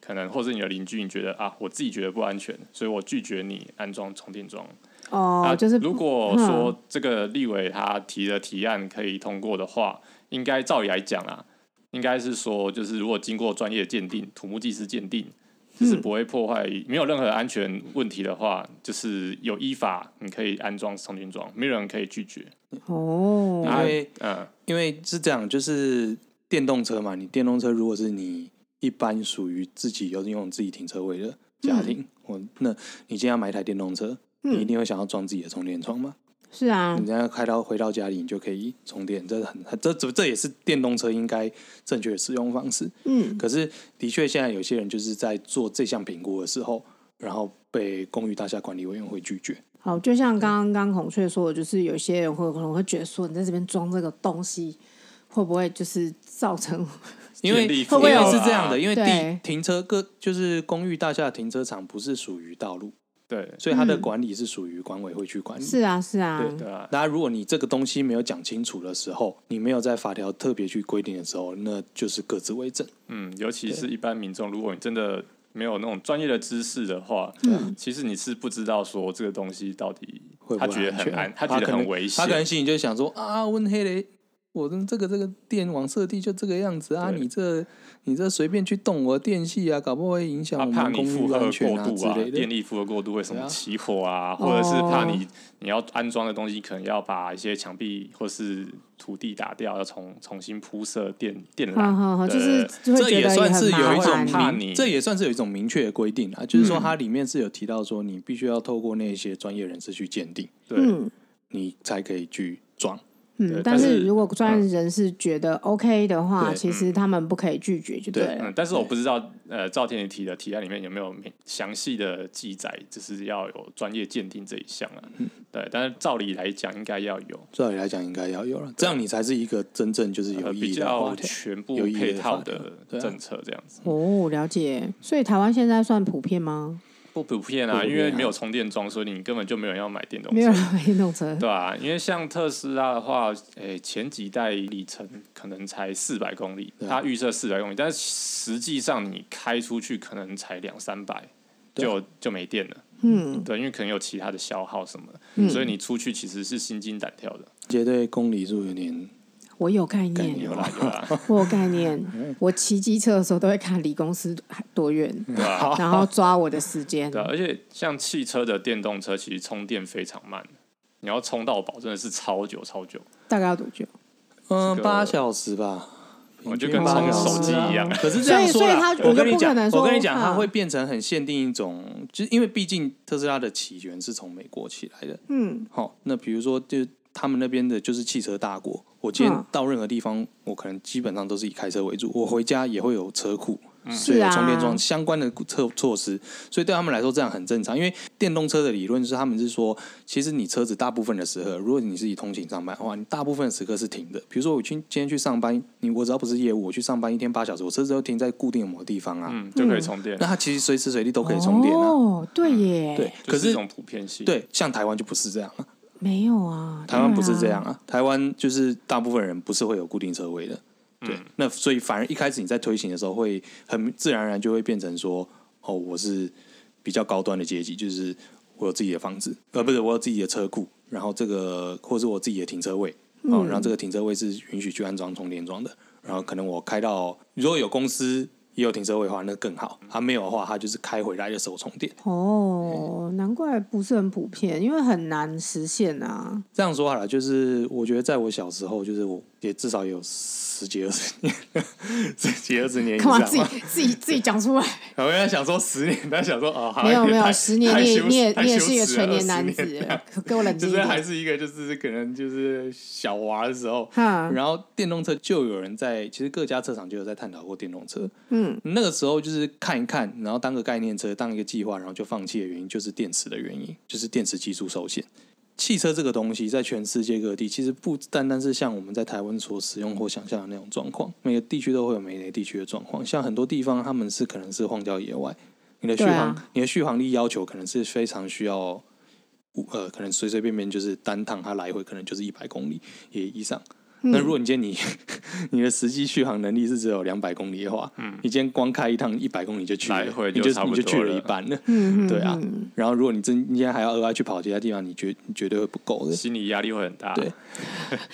Speaker 2: 可能或是你的邻居，你觉得啊，我自己觉得不安全，所以我拒绝你安装充电桩。
Speaker 3: 哦
Speaker 2: 啊，
Speaker 3: 就是
Speaker 2: 如果说这个立委他提的提案可以通过的话，应该照理来讲啊，应该是说就是如果经过专业鉴定、土木技师鉴定，
Speaker 3: 嗯
Speaker 2: 就是不会破坏、没有任何安全问题的话，就是有依法你可以安装充电桩，没有人可以拒绝。
Speaker 3: 哦，
Speaker 1: 因为
Speaker 2: 嗯，
Speaker 1: 因为是这样，就是电动车嘛，你电动车如果是你一般属于自己有拥有自己停车位的家庭，我那你今天要买一台电动车，你一
Speaker 3: 嗯，
Speaker 1: 定会想要装自己的充电桩嘛？
Speaker 3: 是啊
Speaker 1: 你，现在开到回到家里，你就可以充电，这很这这这也是电动车应该正确的使用方式。
Speaker 3: 嗯，
Speaker 1: 可是的确，现在有些人就是在做这项评估的时候，然后被公寓大厦管理委员会拒绝。
Speaker 3: 好，就像刚刚孔雀说的，就是有些人会可能会觉得说，你在这边装这个东西，会不会就是造成
Speaker 1: 因为
Speaker 2: 建立啊
Speaker 1: 因
Speaker 3: 会不会
Speaker 1: 为
Speaker 3: 有
Speaker 1: 是这样的，因为地
Speaker 3: 对
Speaker 1: 停车各就是公寓大厦停车场不是属于道路，
Speaker 2: 对
Speaker 1: 所以它的管理是属于管委会去管理。
Speaker 3: 是啊，是啊，
Speaker 2: 对啊，
Speaker 1: 那如果你这个东西没有讲清楚的时候，你没有在法条特别去规定的时候，那就是各自为政。
Speaker 2: 嗯，尤其是一般民众，如果你真的没有那种专业的知识的话，
Speaker 3: 嗯
Speaker 2: 其实你是不知道说这个东西到底
Speaker 1: 嗯会不
Speaker 2: 他
Speaker 1: 会
Speaker 2: 觉得很
Speaker 1: 安全
Speaker 2: 安，觉得
Speaker 1: 可能
Speaker 2: 很危
Speaker 1: 他可能
Speaker 2: 险，
Speaker 1: 心里就想说啊，问黑雷，我的这个这个电网设计就这个样子啊，
Speaker 2: 对
Speaker 1: 你这你这随便去动我的电器啊，搞不好会影响
Speaker 2: 他
Speaker 1: 我
Speaker 2: 怕
Speaker 1: 们
Speaker 2: 你
Speaker 1: 公
Speaker 2: 负
Speaker 1: 寓
Speaker 2: 荷
Speaker 1: 安
Speaker 2: 过
Speaker 1: 全啊
Speaker 2: 度
Speaker 1: 之
Speaker 2: 啊，
Speaker 1: 类
Speaker 2: 电
Speaker 1: 的。
Speaker 2: 力负荷过度会什
Speaker 1: 对
Speaker 2: 么
Speaker 1: 啊
Speaker 2: 起火啊，或者是
Speaker 3: 哦
Speaker 2: 怕你你要安装的东西可能要把一些墙壁或是土地打掉，要重重新铺设电电
Speaker 3: 嗯
Speaker 2: 缆，
Speaker 3: 哼哼，就
Speaker 2: 对
Speaker 3: 是就
Speaker 1: 这
Speaker 3: 会觉
Speaker 1: 也
Speaker 3: 得
Speaker 1: 算是
Speaker 3: 很
Speaker 1: 有
Speaker 3: 麻
Speaker 1: 一种
Speaker 2: 会怕
Speaker 3: 烦。啊
Speaker 2: 你嗯
Speaker 1: 明，这也算是有一种明确的规定啊，就是说它里面是有提到说，你必须要透过那些专业人士去鉴定，
Speaker 2: 对
Speaker 3: 嗯
Speaker 1: 你才可以去装。
Speaker 3: 嗯
Speaker 2: 对，
Speaker 3: 但
Speaker 2: 但是嗯
Speaker 3: 是如果专业人士觉得 OK 的话，
Speaker 1: 对
Speaker 3: 其实他们不可以拒绝，就
Speaker 1: 对
Speaker 3: 对了。
Speaker 2: 嗯，但是我不知道，呃，赵天宇提的提案里面有没有明详细的记载，就是要有专业鉴定这一项啊。对，但是照理来讲应该要有，
Speaker 1: 照理来讲，应该要有了，这样你才是一个真正就是有
Speaker 2: 呃，
Speaker 1: 意
Speaker 2: 比
Speaker 1: 义的话
Speaker 2: 较
Speaker 1: 题。
Speaker 2: 全部
Speaker 1: 有意义的
Speaker 2: 配套
Speaker 1: 法条
Speaker 2: 的
Speaker 1: 对啊
Speaker 2: 政策这样子。
Speaker 3: 哦，了解。所以台湾现在算普遍吗？
Speaker 2: 不普遍
Speaker 1: 不普
Speaker 2: 啊，
Speaker 1: 遍啊
Speaker 2: 因为没有充电桩，所以你根本就没有人要买电动
Speaker 3: 没有
Speaker 2: 车。
Speaker 3: 人买电动车。
Speaker 2: 对啊，因为像特斯拉的话，诶、前几代里程可能才四百公里，
Speaker 1: 啊
Speaker 2: 它预设四百公里，但是实际上你开出去可能才两三百，
Speaker 1: 对
Speaker 2: 就就没电了。
Speaker 3: 嗯，
Speaker 2: 对，因为可能有其他的消耗什么的，
Speaker 3: 嗯
Speaker 2: 所以你出去其实是心惊胆跳的。
Speaker 1: 绝对公里数有点
Speaker 3: 我有概
Speaker 1: 概
Speaker 3: 念
Speaker 1: 念
Speaker 2: 有，啦有啦，
Speaker 3: 我有概念。我骑机车的时候都会看离公司多远，
Speaker 2: 对吧、
Speaker 3: 然后抓我的时间。
Speaker 2: 对啊，而且像汽车的电动车，其实充电非常慢，你要充到饱真的是超久超久，
Speaker 3: 大概要多久？
Speaker 1: 嗯
Speaker 2: 这个
Speaker 1: 八小时吧，
Speaker 2: 我就
Speaker 1: 平均
Speaker 2: 跟
Speaker 1: 八
Speaker 2: 充
Speaker 1: 小
Speaker 2: 手
Speaker 1: 时
Speaker 2: 机一样。
Speaker 1: 可是这样说
Speaker 3: 所以所以
Speaker 1: 啦
Speaker 3: 他
Speaker 1: 我跟
Speaker 3: 我就
Speaker 1: 你
Speaker 3: 不可能
Speaker 1: 讲，
Speaker 3: 说
Speaker 1: 我跟你讲，
Speaker 3: 啊
Speaker 1: 它会变成很限定一种，就是因为毕竟特斯拉的起源是从美国起来的。
Speaker 3: 嗯，
Speaker 1: 好，那比如说，就他们那边的就是汽车大国，我今天
Speaker 3: 嗯
Speaker 1: 到任何地方，我可能基本上都是以开车为主，我回家也会有车库，所
Speaker 3: 是
Speaker 1: 以有
Speaker 3: 啊，
Speaker 1: 充电桩相关的措措施，所以对他们来说这样很正常。因为电动车的理论是，他们是说，其实你车子大部分的时刻，如果你是以通勤上班的话，你大部分的时刻是停的。比如说我去今天去上班，你我只要不是业务，我去上班一天八小时，我车子都停在固定的某个地方啊，
Speaker 2: 嗯，就可以充电
Speaker 1: 那，它其实随时随地都可以充电啊。
Speaker 3: 哦，对耶，
Speaker 1: 对，
Speaker 2: 就
Speaker 1: 可
Speaker 2: 是一
Speaker 1: 是
Speaker 2: 种普遍性。
Speaker 1: 对，像台湾就不是这样啊，
Speaker 3: 没有啊，
Speaker 1: 台湾不是这
Speaker 3: 对啊
Speaker 1: 样啊，台湾就是大部分人不是会有固定车位的，对，那所以反而一开始你在推行的时候，会很自然而然就会变成说，哦，我是比较高端的阶级，就是我有自己的房子，呃，不是我有自己的车库，然后这个或是我自己的停车位，哦，然后这个停车位是允许去安装充电桩的，然后可能我开到如果有公司也有停车位的话，那更好，啊，没有的话，它就是开回来的时候充电。
Speaker 3: 哦，难怪不是很普遍，因为很难实现啊。
Speaker 1: 这样说好了，就是我觉得在我小时候，就是我也至少有十几二十年，十几二十年以
Speaker 3: 干
Speaker 1: 上
Speaker 3: 嘛
Speaker 1: 嘛
Speaker 3: 自己自己自己讲出来？
Speaker 4: 我原来想说十年，但想说哦，
Speaker 1: 啊
Speaker 4: 好
Speaker 2: 哎
Speaker 3: 没有
Speaker 4: 也
Speaker 3: 没有，
Speaker 4: 太
Speaker 3: 十年
Speaker 4: 太
Speaker 3: 你也
Speaker 4: 羞
Speaker 3: 你也
Speaker 4: 太
Speaker 3: 你也
Speaker 4: 羞
Speaker 3: 是一个
Speaker 4: 耻
Speaker 3: 成
Speaker 4: 了
Speaker 3: 年
Speaker 4: 20
Speaker 3: 男
Speaker 4: 年
Speaker 3: 子，给我 冷静
Speaker 4: 就
Speaker 3: 一
Speaker 4: 是还
Speaker 3: 点。
Speaker 4: 是一个就是可能就是小娃的时候，
Speaker 3: 哈，
Speaker 1: 然后电动车就有人在，其实各家车厂就有在探讨过电动车。
Speaker 3: 嗯，
Speaker 1: 那个时候就是看一看，然后当个概念车，当一个计划，然后就放弃的原因就是电池的原因，就是电池技术受限。汽车这个东西在全世界各地，其实不单单是像我们在台湾所使用或想象的那种状况，每个地区都会有每个地区的状况。像很多地方，他们是可能是荒郊野外，你的续
Speaker 3: 对啊
Speaker 1: 航、你的续航力要求可能是非常需要，呃，可能随随便便就是单趟它来回可能就是一百公里也以上。
Speaker 2: 嗯
Speaker 1: 那如果你今天你 你的实际续航能力是只有两百公里的话，你今天光开一趟一百公里就去了，
Speaker 2: 嗯来回
Speaker 1: 你
Speaker 2: 就
Speaker 1: 就
Speaker 2: 差不
Speaker 1: 你就去
Speaker 2: 多
Speaker 1: 了
Speaker 2: 了
Speaker 1: 一半了。
Speaker 3: 嗯嗯
Speaker 1: 对啊
Speaker 3: 嗯
Speaker 1: 然后如果你真你今天还要额外去跑其他地方，你绝你绝对会不够的。
Speaker 2: 心理压力会很大，
Speaker 1: 对，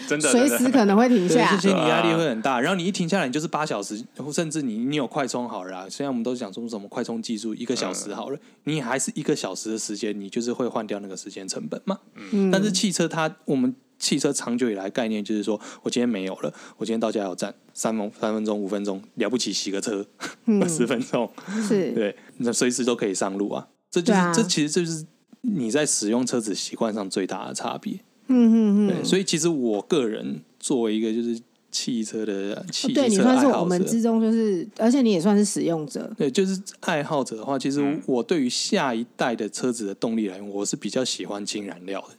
Speaker 2: 真的，
Speaker 3: 随
Speaker 2: 真
Speaker 3: 时
Speaker 2: 的
Speaker 3: 可能会停
Speaker 1: 对，
Speaker 3: 下
Speaker 1: 这。些你压力会很大。然后你一停下来，你就是八小时，甚至你你有快充好了啊。虽然我们都讲说什么快充技术一个小时好了，你还是一个小时的时间，你就是会换掉那个时间成本嘛。
Speaker 3: 嗯
Speaker 1: 但是汽车它，我们汽车长久以来概念就是说，我今天没有了，我今天到加油站三分三分钟五分钟，了不起洗个车
Speaker 3: 嗯
Speaker 1: 二十分钟，
Speaker 3: 是
Speaker 1: 对，那随时都可以上路啊。这就是、
Speaker 3: 对啊
Speaker 1: 这其实就是你在使用车子习惯上最大的差别。
Speaker 3: 嗯嗯
Speaker 1: 对，所以其实我个人作为一个就是汽车的汽
Speaker 3: 嗯，对你
Speaker 1: 车
Speaker 3: 算
Speaker 1: 爱
Speaker 3: 是我
Speaker 1: 好
Speaker 3: 们
Speaker 1: 者，
Speaker 3: 之中就是，而且你也算是使用者。
Speaker 1: 对，就是爱好者的话，其实我对于下一代的车子的动力来源，我是比较喜欢氢燃料的。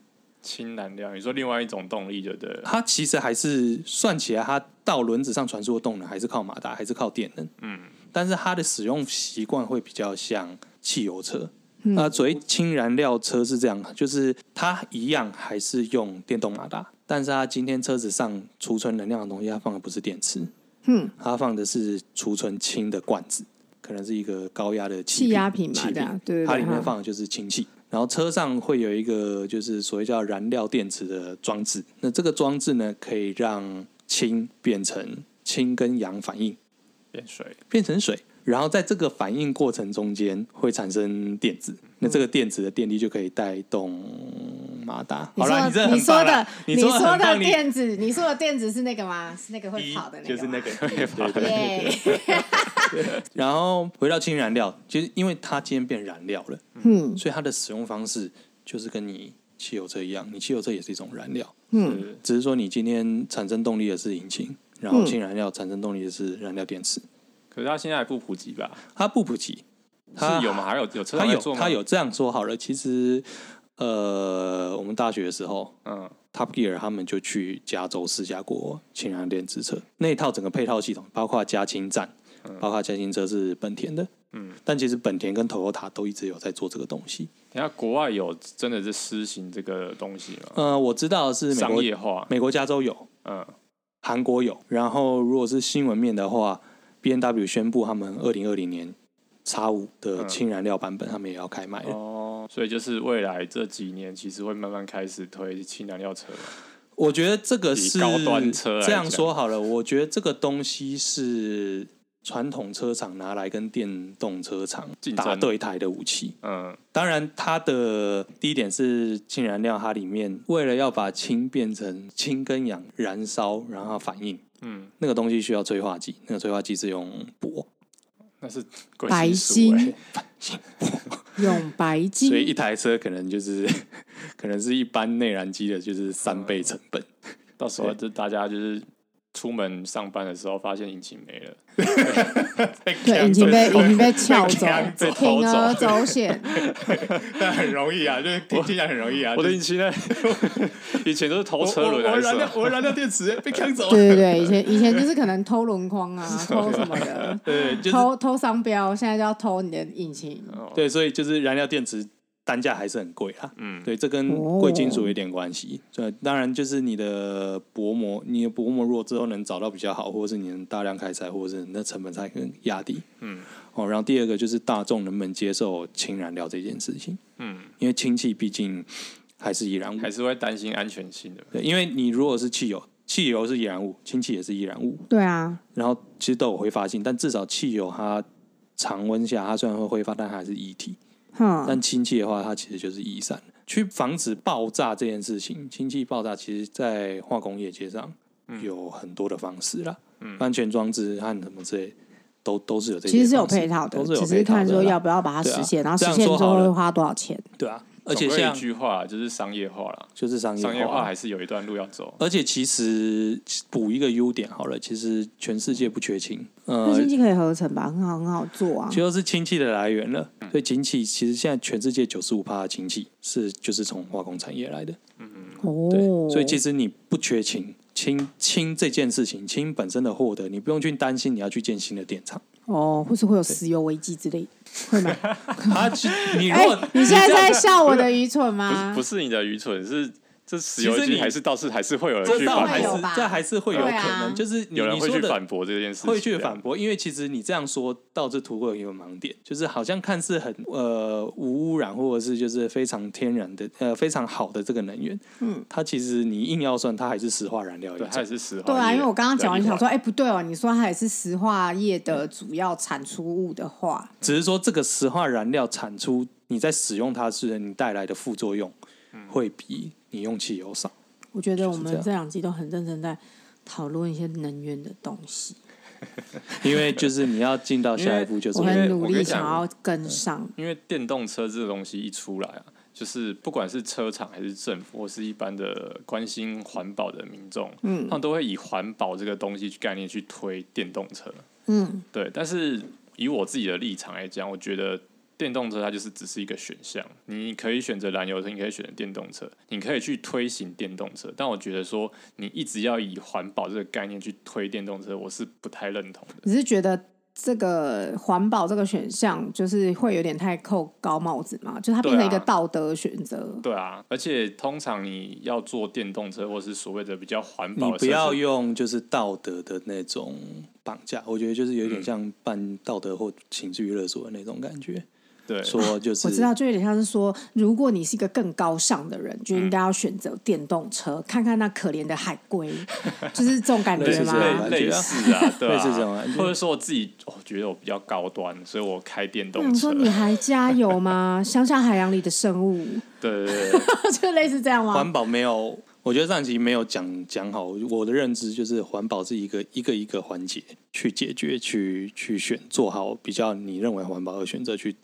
Speaker 2: 氢燃料，你说另外一种动力就对了，
Speaker 1: 它其实还是算起来，它到轮子上传输的动能还是靠马达，还是靠电能。嗯，但是它的使用习惯会比较像汽油车，那所谓氢燃料车是这样的，就是它一样还是用电动马达，但是它今天车子上储存能量的东西，它放的不是电池，
Speaker 3: 嗯，
Speaker 1: 它放的是储存氢的罐子，可能是一个高压的气
Speaker 3: 气压瓶嘛
Speaker 1: 气，
Speaker 3: 这样对对对，
Speaker 1: 它里面
Speaker 3: 哈
Speaker 1: 放的就是氢气。然后车上会有一个就是所谓叫燃料电池的装置，那这个装置呢可以让氢变成氢跟氧反应
Speaker 2: 变水，
Speaker 1: 变成水，然后在这个反应过程中间会产生电子，那这个电子的电力就可以带动马达。
Speaker 3: 你
Speaker 1: 好啦，
Speaker 3: 说
Speaker 1: 你这
Speaker 3: 你
Speaker 1: 很
Speaker 3: 说
Speaker 1: 棒啦
Speaker 3: 的，
Speaker 1: 你
Speaker 3: 说
Speaker 1: 的很
Speaker 3: 的
Speaker 1: 棒，你
Speaker 3: 电子，你说的电子是那个吗？是那个会跑的那个，啊
Speaker 1: 就是那
Speaker 3: 个。
Speaker 1: 个对对对。
Speaker 3: 耶，
Speaker 1: 然后回到氢燃料，其实因为它今天变燃料了，
Speaker 3: 嗯
Speaker 1: 所以它的使用方式就是跟你汽油车一样，你汽油车也是一种燃料。
Speaker 3: 嗯
Speaker 2: 是
Speaker 1: 只是说你今天产生动力的是引擎，然后氢燃料产生动力的是燃料电池，
Speaker 2: 可是它现在还不普及吧？
Speaker 1: 它不普及，它
Speaker 2: 是有吗？还有有车
Speaker 1: 它
Speaker 2: 厂在
Speaker 1: 有
Speaker 2: 做吗？
Speaker 1: 它，有这样说好了，其实呃，我们大学的时候。
Speaker 2: 嗯，
Speaker 1: Top Gear 他们就去加州试驾过氢燃料电池车，那一套整个配套系统，包括加氢站，包括加氢车是本田的，
Speaker 2: 嗯，
Speaker 1: 但其实本田跟 Toyota 都一直有在做这个东西。
Speaker 2: 等一下国外有真的是施行这个东西吗？
Speaker 1: 呃，我知道的是美
Speaker 2: 嗯商
Speaker 1: 国
Speaker 2: 业化，
Speaker 1: 美国加州有，
Speaker 2: 嗯，
Speaker 1: 韩国有，然后如果是新闻面的话，B N W 宣布他们二零二零年 X 五
Speaker 2: 嗯
Speaker 1: 的氢燃料版本，他们也要开卖了。
Speaker 2: 哦，所以就是未来这几年其实会慢慢开始推氢燃料车嘛，
Speaker 1: 我觉得这个
Speaker 2: 以
Speaker 1: 是
Speaker 2: 高端车来
Speaker 1: 这样
Speaker 2: 讲
Speaker 1: 说好了，我觉得这个东西是传统车厂拿来跟电动车厂
Speaker 2: 竞争
Speaker 1: 打
Speaker 2: 啊
Speaker 1: 对台的武器。
Speaker 2: 嗯，
Speaker 1: 当然，它的第一点是氢燃料，它里面为了要把氢变成氢跟氧燃烧，然后反应，
Speaker 2: 嗯，
Speaker 1: 那个东西需要催化剂，那个催化剂是用铂。
Speaker 2: 那是贵
Speaker 3: 白
Speaker 2: 金属欸
Speaker 3: 金， 用白
Speaker 1: 所
Speaker 2: 嗯
Speaker 1: 以
Speaker 3: 金，
Speaker 1: 一台车可能就是 可能是一般内燃机的，就是三倍成本。
Speaker 2: 到时候就大家就是出门上班的时候发现引擎没了，
Speaker 3: 对，已经被已 经被撬走
Speaker 2: 被，被
Speaker 3: 铤
Speaker 2: 偷走
Speaker 3: 而走险，
Speaker 4: 但很容易啊，就是听听起来很容易啊。
Speaker 2: 我的
Speaker 4: 就是
Speaker 2: 引擎呢？ 以前都是偷
Speaker 4: 我
Speaker 2: 车轮
Speaker 4: 我我
Speaker 2: 还是
Speaker 4: 燃
Speaker 2: 什
Speaker 4: 料
Speaker 2: 么？
Speaker 4: 我燃料电池被抢走了。
Speaker 3: 对对对，以前以前就是可能偷轮框啊，偷什么的，
Speaker 1: 对，就是
Speaker 3: 偷偷商标，现在就要偷你的引擎，
Speaker 2: 哦，
Speaker 1: 对，所以就是燃料电池单价还是很贵啦。
Speaker 2: 嗯，
Speaker 1: 对，这跟贵金属有点关系。对，当然就是你的薄膜，你的薄膜如果之后能找到比较好，或者是你能大量开采，或者是你的成本才能压低。
Speaker 2: 嗯，
Speaker 1: 哦，然后第二个就是大众能不能接受氢燃料这件事情，
Speaker 2: 嗯，
Speaker 1: 因为氢气毕竟还是易燃物。
Speaker 2: 还是会担心安全性的。
Speaker 1: 对，因为你如果是汽油，汽油是易燃物，氢气也是易燃物，
Speaker 3: 对啊，
Speaker 1: 然后其实都有挥发性，但至少汽油它常温下它虽然会挥发，但它还是液体。
Speaker 3: 哼，
Speaker 1: 但氢气的话，它其实就是易散。去防止爆炸这件事情，氢气爆炸其实在化工业界上
Speaker 2: 嗯
Speaker 1: 有很多的方式啦，安全装置和什么之类。都都是有这些方式，
Speaker 3: 其实是有配套的，
Speaker 1: 都是有
Speaker 3: 只
Speaker 1: 配
Speaker 3: 是
Speaker 1: 套的
Speaker 3: 看说
Speaker 1: 啦
Speaker 3: 要不要把它
Speaker 1: 对啊
Speaker 3: 实现，然后
Speaker 1: 这
Speaker 3: 实
Speaker 1: 样
Speaker 3: 现
Speaker 1: 说
Speaker 3: 之
Speaker 1: 好
Speaker 3: 后会
Speaker 1: 了
Speaker 3: 花多少钱？
Speaker 1: 对啊，而且
Speaker 2: 总归
Speaker 1: 像
Speaker 2: 一句话就是商业化了，
Speaker 1: 就是商业
Speaker 2: 商业化
Speaker 1: 化
Speaker 2: 还是有一段路要走。
Speaker 1: 而且其实补一个优点好了，其实全世界不缺氢，
Speaker 3: 那
Speaker 1: 呃，
Speaker 3: 经济可以合成吧，很好很好做啊。
Speaker 1: 就是氢气的来源了。
Speaker 2: 嗯
Speaker 1: 所以氢气其实现在全世界九十五的氢气是就是从化工产业来的，
Speaker 3: 哦
Speaker 1: 对。所以其实你不缺氢，氢氢这件事情，氢本身的获得，你不用去担心你要去建新的电厂。
Speaker 3: 哦，或是会有石油危机之类，会吗？
Speaker 1: 它其你如
Speaker 3: 哎
Speaker 1: 果、，
Speaker 3: 你现在在笑我的愚蠢
Speaker 2: 不是
Speaker 3: 吗
Speaker 2: 不？是你的愚蠢，是这石油
Speaker 1: 其实
Speaker 2: 机
Speaker 1: 你
Speaker 2: 还是倒是还是会有人
Speaker 1: 这
Speaker 2: 去
Speaker 1: 倒
Speaker 2: 反
Speaker 1: 还是
Speaker 3: 会
Speaker 2: 驳，
Speaker 3: 有吧
Speaker 1: 这还是会有可
Speaker 3: 对啊
Speaker 1: 能，就是你
Speaker 2: 有人
Speaker 1: 你
Speaker 2: 会
Speaker 1: 说
Speaker 2: 去
Speaker 1: 的
Speaker 2: 反驳这件事情，
Speaker 1: 会去反驳，因为其实你这样说到这图会有一个盲点，就是好像看似很呃无污染或者是就是非常天然的呃非常好的这个能源，嗯，它其实你硬要算它还是石化燃料一
Speaker 2: 对，
Speaker 1: 种，
Speaker 2: 他也是实话。
Speaker 3: 对啊，因为我刚刚讲完，
Speaker 2: 对
Speaker 3: 想说，，哎，不对哦，你说它也是石化业的主要产出物的话，
Speaker 1: 只是说这个石化燃料产出你在使用它时你带来的副作用
Speaker 2: 嗯
Speaker 1: 会比你用汽油少。
Speaker 3: 我觉得我
Speaker 1: 就是这
Speaker 3: 们
Speaker 1: 样
Speaker 3: 这两集都很认真在讨论一些能源的东西，
Speaker 1: 因为就是你要进到下一步，就是
Speaker 3: 我
Speaker 2: 因为
Speaker 3: 很努
Speaker 2: 我跟
Speaker 3: 力
Speaker 2: 你讲
Speaker 3: 想要
Speaker 1: 嗯
Speaker 3: 跟上。
Speaker 2: 因为电动车这个东西一出来啊，就是不管是车厂还是政府，或是一般的关心环保的民众，嗯，他们都会以环保这个东西去概念去推电动车。
Speaker 3: 嗯，
Speaker 2: 对，但是以我自己的立场来讲，我觉得电动车它就是只是一个选项，你可以选择燃油车，你可以选择电动车，你可以去推行电动车。但我觉得说你一直要以环保这个概念去推电动车，我是不太认同的。
Speaker 3: 只是觉得这个环保这个选项，就是会有点太扣高帽子嘛，就是它变成一个
Speaker 2: 对啊
Speaker 3: 道德选择。
Speaker 2: 对啊，而且通常你要坐电动车或是所谓的比较环保
Speaker 1: 你
Speaker 2: 的
Speaker 1: 不
Speaker 2: 车子，
Speaker 1: 要用就是道德的那种绑架，我觉得就是有
Speaker 2: 嗯
Speaker 1: 点像办道德或情绪勒索的那种感觉，
Speaker 2: 对
Speaker 1: 说就是
Speaker 3: 我知道，就有点像是说，如果你是一个更高尚的人，
Speaker 1: 嗯
Speaker 3: 就应该要选择电动车，看看那可怜的海龟， 就是这种感
Speaker 1: 类似
Speaker 3: 觉吗？
Speaker 1: 这种感觉
Speaker 2: 类 似啊，对啊，
Speaker 1: 类似这种感觉
Speaker 2: 或者说我自己我觉得我比较高端，所以我开电
Speaker 3: 我
Speaker 2: 动
Speaker 3: 想
Speaker 2: 车
Speaker 3: 嗯说，，你啊还加油吗？ 想想海洋里的生物，
Speaker 2: 对对对，
Speaker 3: 就类似这样吗
Speaker 1: 环？保没有，我觉得上期没有讲讲好。我的认知就是环保是一个一个一个环节去解决，去去选做好比较你认为环保的选择，去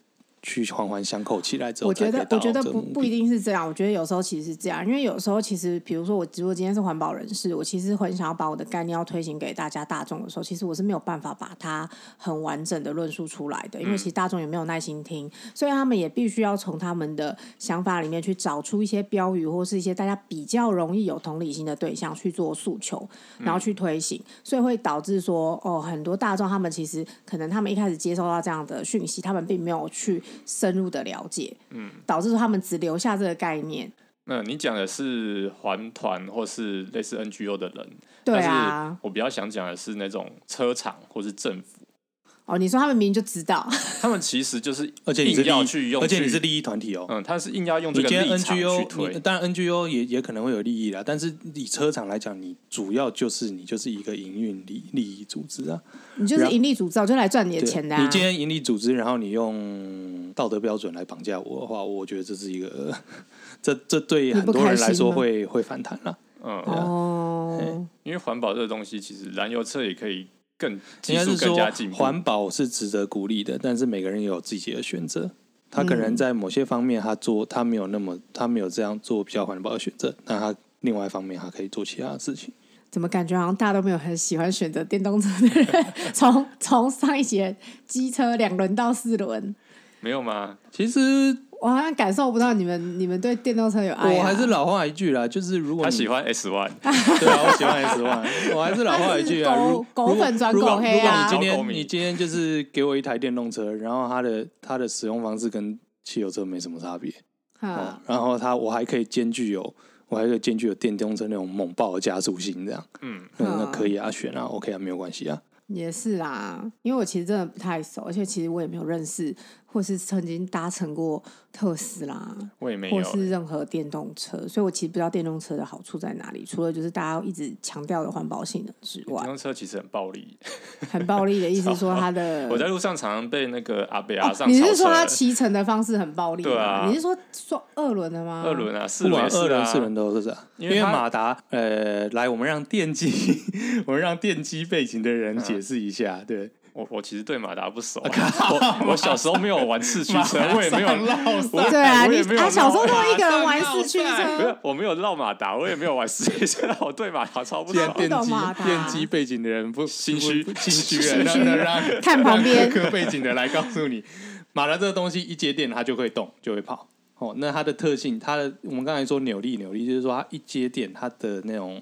Speaker 1: 去环环相扣起来之后
Speaker 3: 我觉
Speaker 1: 才可以
Speaker 3: 得，
Speaker 1: 达
Speaker 3: 我
Speaker 1: 到这
Speaker 3: 觉
Speaker 1: 个
Speaker 3: 得
Speaker 1: 目的，
Speaker 3: 不不一定是这样。我觉得有时候其实是这样，因为有时候其实，比如说我如果今天是环保人士，我其实很想要把我的概念要推行给大家大众的时候，其实我是没有办法把它很完整的论述出来的，因为
Speaker 1: 嗯
Speaker 3: 其实大众也没有耐心听，所以他们也必须要从他们的想法里面去找出一些标语或是一些大家比较容易有同理心的对象去做诉求，然
Speaker 1: 嗯
Speaker 3: 后去推行，所以会导致说，哦，很多大众他们其实可能他们一开始接收到这样的讯息，他们并没有去深入的了解，嗯，导致说他们只留下这个概念。
Speaker 2: 那你讲的是环团或是类似 NGO 的人，
Speaker 3: 对
Speaker 2: 但
Speaker 3: 啊
Speaker 2: 是，我比较想讲的是那种车厂或是政府，
Speaker 3: 哦，你说他们明明就知道，
Speaker 2: 他们其实就是
Speaker 1: 而且你是
Speaker 2: 硬
Speaker 1: 利
Speaker 2: 要去用去，
Speaker 1: 而且你是利益团体哦。
Speaker 2: 嗯，他是硬要用
Speaker 1: 你
Speaker 2: 这个
Speaker 1: 今天
Speaker 2: 立场去
Speaker 1: NGO，你
Speaker 2: 推，
Speaker 1: 当然 NGO 也也可能会有利益啦，但是以车厂来讲，你主要就是你就是一个营运利利益组织啊，
Speaker 3: 你就是盈利组织，我就来赚你的
Speaker 1: 对
Speaker 3: 钱的、啊。
Speaker 1: 你今天盈利组织，然后你用道德标准来绑架我的话，我觉得这是一个， 这这对很多人来说
Speaker 3: 你不开
Speaker 1: 会会反弹了。
Speaker 2: 嗯，
Speaker 3: 哦，
Speaker 2: 因为环保这个东西，其实燃油车也可以更技
Speaker 1: 应该
Speaker 2: 术
Speaker 1: 是
Speaker 2: 更
Speaker 1: 说
Speaker 2: 加进，步，
Speaker 1: 环保是值得鼓励的，但是每个人也有自己的选择。他可能
Speaker 3: 嗯
Speaker 1: 在某些方面，他做他没有那么，他没有这样做比较环保的选择，那他另外一方面，他可以做其他的事情。
Speaker 3: 怎么感觉好像大家都没有很喜欢选择电动车的 人？从从上一节机车两轮到四轮，
Speaker 2: 没有吗？
Speaker 1: 其实
Speaker 3: 我好像感受不到你们你们对电动车有爱、啊。
Speaker 1: 我还是老话一句啦，就是如果
Speaker 2: 他
Speaker 1: 你
Speaker 2: 喜欢 S One，
Speaker 1: 对啊，我喜欢 S One，我还是老话一句啊，
Speaker 3: 他是
Speaker 1: 如
Speaker 3: 狗
Speaker 1: 如果
Speaker 3: 狗粉转狗黑啊
Speaker 1: 如果如果你今
Speaker 2: 狗狗
Speaker 1: 天
Speaker 2: 迷
Speaker 1: 你今天就是给我一台电动车，然后它的它的使用方式跟汽油车没什么差别，哦
Speaker 3: 哈，
Speaker 1: 然后它我还可以兼具有。我还可以兼具有电动车那种猛爆的加速性，这样，
Speaker 2: 嗯，
Speaker 1: 嗯，
Speaker 3: 嗯
Speaker 1: 那可以啊，选啊，OK 啊，没有关系啊。
Speaker 3: 也是啦，因为我其实真的不太熟，而且其实我也没有认识或是曾经搭乘过特斯拉
Speaker 2: 我也没有
Speaker 3: 或
Speaker 2: 欸、
Speaker 3: 是任何电动车，所以我其实不知道电动车的好处在哪里，除了就是大家一直强调的环保性能之
Speaker 2: 电
Speaker 3: 外，
Speaker 2: 动车其实很暴力，。
Speaker 3: 很暴力的意思说它 的
Speaker 2: 我在路上常常被那个阿贝阿
Speaker 3: 嗯哦
Speaker 2: 上、
Speaker 3: 你是说它骑乘的方式很暴力吗？
Speaker 2: 对啊
Speaker 3: 你是说说二轮的吗？
Speaker 2: 二轮啊，四
Speaker 1: 不
Speaker 2: 轮
Speaker 1: 管
Speaker 2: 也是
Speaker 1: 二轮、
Speaker 2: 啊
Speaker 1: 四轮都是这样，
Speaker 2: 因
Speaker 1: 因
Speaker 2: 为
Speaker 1: 为
Speaker 2: 它
Speaker 1: 马达，呃，来，我们让电 机，我们让电机背景的人解释一下，对，
Speaker 2: 我我其实对马达不熟啊、我我小时候没有玩四驱 车，我也 没有
Speaker 4: 唠
Speaker 2: 我
Speaker 3: 对啊，
Speaker 2: 我
Speaker 3: 你
Speaker 2: 也没有
Speaker 3: 他小时候
Speaker 2: 绕
Speaker 3: 都一个人玩
Speaker 4: 上
Speaker 3: 四驱
Speaker 2: 不
Speaker 3: 车
Speaker 2: 是，我没有绕马达，我也没有玩四驱车，我对马达超不
Speaker 4: 既然
Speaker 2: 熟。
Speaker 4: 电
Speaker 3: 不懂
Speaker 4: 机
Speaker 3: 马达
Speaker 4: 电机背景的人不
Speaker 2: 心虚
Speaker 4: 不心虚了，那那让
Speaker 3: 看旁边
Speaker 4: 让科科背景的来告诉你，
Speaker 1: 马达这个东西一接电它就会动，就会跑。哦，那它的特性，它的我们刚才说扭力，扭力就是说它一接电，它的那种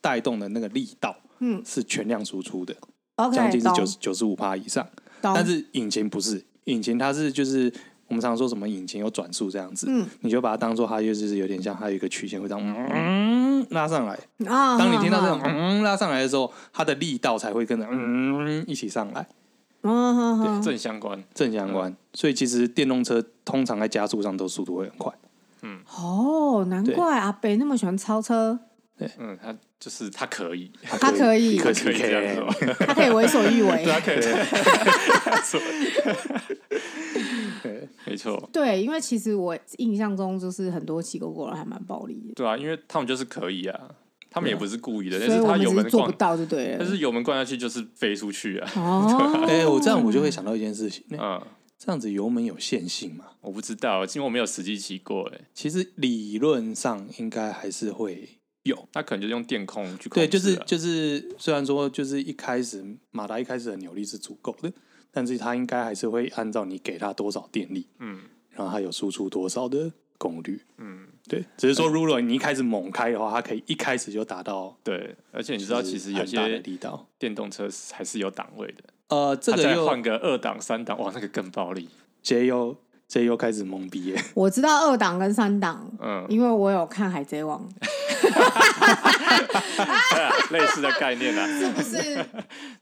Speaker 1: 带动的那个力道，
Speaker 3: 嗯
Speaker 1: 是全量输出的，将
Speaker 3: ，OK，
Speaker 1: 近是
Speaker 3: 懂
Speaker 1: 九十九十五趴以上。
Speaker 3: 懂，
Speaker 1: 但是引擎不是，引擎它是就是我们常说什么引擎有转速这样子，
Speaker 3: 嗯
Speaker 1: 你就把它当做它就是有点像它有一个曲线会这样嗯拉上来。
Speaker 3: 啊，
Speaker 1: 当你听到这种
Speaker 3: 哈，
Speaker 1: 嗯拉上来的时候，它的力道才会跟着嗯一起上来。
Speaker 3: 嗯哼哼，
Speaker 2: 正相关，
Speaker 1: 正相
Speaker 3: 嗯
Speaker 1: 关，所以其实电动车通常在加速上都速度会很快。
Speaker 3: 哦，难
Speaker 1: 对
Speaker 3: 怪阿北那么喜欢超车，
Speaker 2: 嗯，他就是他可以，
Speaker 3: 他啊可以，
Speaker 1: 可
Speaker 2: 可以这样 子吗？
Speaker 3: 他可以为所欲 为。
Speaker 2: 可以， 没错，
Speaker 3: 对，因为其实我印象中就是很多骑狗狗人还蛮暴力
Speaker 2: 对啊，因为他们就是可以啊，他们也不是故意的，
Speaker 3: 的，
Speaker 2: 但
Speaker 3: 啊所以
Speaker 2: 是
Speaker 3: 我
Speaker 2: 他
Speaker 3: 们
Speaker 2: 油
Speaker 3: 只
Speaker 2: 门
Speaker 3: 是做不
Speaker 2: 灌，
Speaker 3: 到就对
Speaker 2: 但
Speaker 3: 了。
Speaker 2: 是油门灌下去就是飞出去 啊，
Speaker 3: 哦，
Speaker 1: 哎、我这样我就会想到一件事情，那
Speaker 2: 嗯，
Speaker 1: 这样子油门有限性嘛？
Speaker 2: 我不知道，因为我没有实际骑过，哎，
Speaker 1: 其实理论上应该还是会有。
Speaker 2: 他可能就是用电控去控制啊，
Speaker 1: 对，就是就是，虽然说就是一开始马达一开始的扭力是足够的，但是它应该还是会按照你给它多少电力，
Speaker 2: 嗯
Speaker 1: 然后它有输出多少的功率。
Speaker 2: 嗯，
Speaker 1: 对，只是说如果你一开始猛开的话，它可以一开始就达到
Speaker 2: 对，而且你知道，
Speaker 1: 就
Speaker 2: 其
Speaker 1: 是
Speaker 2: 实有
Speaker 1: 很大的
Speaker 2: 些
Speaker 1: 力道。
Speaker 2: 电动车是还是有档位的，
Speaker 1: 呃，这
Speaker 2: 他
Speaker 1: 个
Speaker 2: 再
Speaker 1: 又
Speaker 2: 换个二档、三档，哇，那个更暴力。
Speaker 1: J 又 J 又开始懵逼 耶，
Speaker 3: 我知道二档跟三档，
Speaker 2: 嗯，
Speaker 3: 因为我有看《海贼王》，
Speaker 2: 对啊类似的概念 啦。
Speaker 3: 是不是？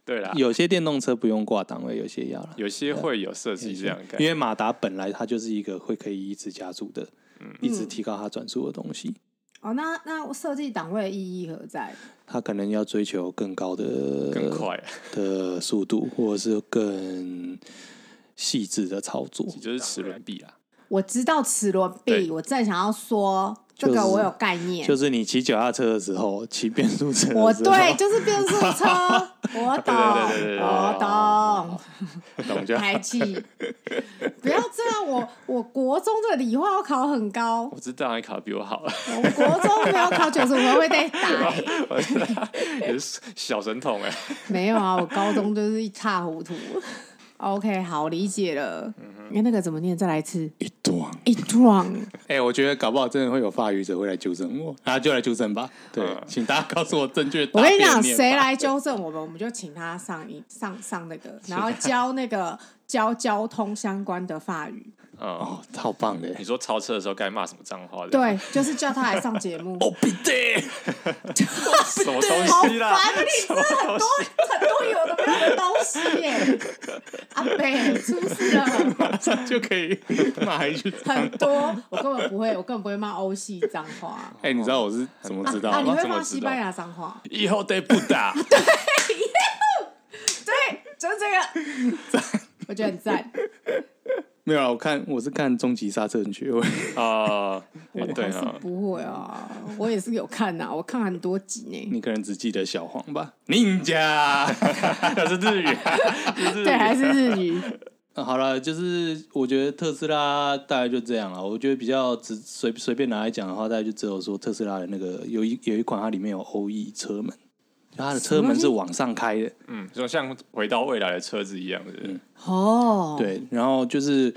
Speaker 2: 对啦，
Speaker 1: 有些电动车不用挂档位，有些要了。
Speaker 2: 有些会有设计这样的概
Speaker 1: 因
Speaker 2: 念。
Speaker 1: 为马达本来它就是一个会可以一直加速的，
Speaker 2: 嗯
Speaker 1: 一直提高它转速的东西，
Speaker 3: 哦，那那设计档位的意义何在？
Speaker 1: 它可能要追求更高的
Speaker 2: 更快，啊
Speaker 1: 的速度，或者是更细致的操作。
Speaker 2: 就是齿轮臂啊啦。
Speaker 3: 我知道齿轮
Speaker 2: 对
Speaker 3: 臂，我正想要说这
Speaker 1: 就是
Speaker 3: 个，我有概念。
Speaker 1: 就是你骑脚踏车的时候，骑变速车的时候，
Speaker 3: 我对，就是变速车，我懂，
Speaker 2: 对对对对对
Speaker 3: 我
Speaker 1: 懂就
Speaker 3: 懂，
Speaker 1: 好
Speaker 3: 排气。不要这样，我我国中的理化要考很高，
Speaker 2: 我知道你考得比我好，啊
Speaker 3: 我国中没有考九十五分会被打、欸。
Speaker 2: 我知道 你是小神童哎。
Speaker 3: 没有啊，我高中就是一塌糊涂。OK，好理解了。
Speaker 4: 嗯
Speaker 3: 因为那个怎么念？再来一次。
Speaker 4: 一
Speaker 1: 啊
Speaker 4: 段。
Speaker 3: 一 drunk，
Speaker 4: 哎、我觉得搞不好真的会有法语者会来纠正我，那、就来纠正吧。对，
Speaker 2: 嗯
Speaker 4: 请大家告诉我正确
Speaker 3: 我
Speaker 4: 答案
Speaker 3: 跟你
Speaker 4: 念法。
Speaker 3: 讲，谁来纠正我们，我们就请他上一上上那个，然后教那个教交通相关的法语。
Speaker 2: 嗯，
Speaker 4: 哦，超棒的！
Speaker 2: 你说超车的时候该骂什么脏话？，
Speaker 3: 对，就是叫他来上节目。
Speaker 4: 哦，必得！
Speaker 2: 什么东
Speaker 3: 好
Speaker 2: 西啦？
Speaker 3: 烦，啊你真的很多很多有的没有的东西耶！阿北出事了，
Speaker 4: 这 就可 以骂一句。
Speaker 3: 很多，我根本不会，我根本不会骂欧系脏话。
Speaker 4: 哎、你知道我是怎么知道
Speaker 3: 啊，你
Speaker 4: 吗？
Speaker 3: 会
Speaker 2: 怎
Speaker 3: 骂
Speaker 2: 么知
Speaker 3: 西
Speaker 2: 道
Speaker 3: 班牙脏话？
Speaker 2: 以后得不 打。
Speaker 3: 对，就是这个，我觉得很赞。
Speaker 4: 没有啊，我看我是看《终极刹车学会》
Speaker 2: 啊，哎
Speaker 3: 我
Speaker 2: 对
Speaker 3: 还是
Speaker 2: 哈，
Speaker 3: 不会啊，我也是有看呐，我看很多集呢。
Speaker 4: 你可能只记得小黄吧，Ninja。
Speaker 2: 那是日语，
Speaker 3: 对，还是日语。
Speaker 1: 啊 好了，就是我觉得特斯拉大概就这样了。我觉得比较只随随便拿来讲的话，大概就只有说特斯拉的那个有一有一款它里面有欧 E 车门，就它的车门是往上开的，
Speaker 2: 嗯，就像回到未来的车子一样，是不
Speaker 4: 嗯
Speaker 2: 是
Speaker 3: 哦，，
Speaker 1: 对。然后就是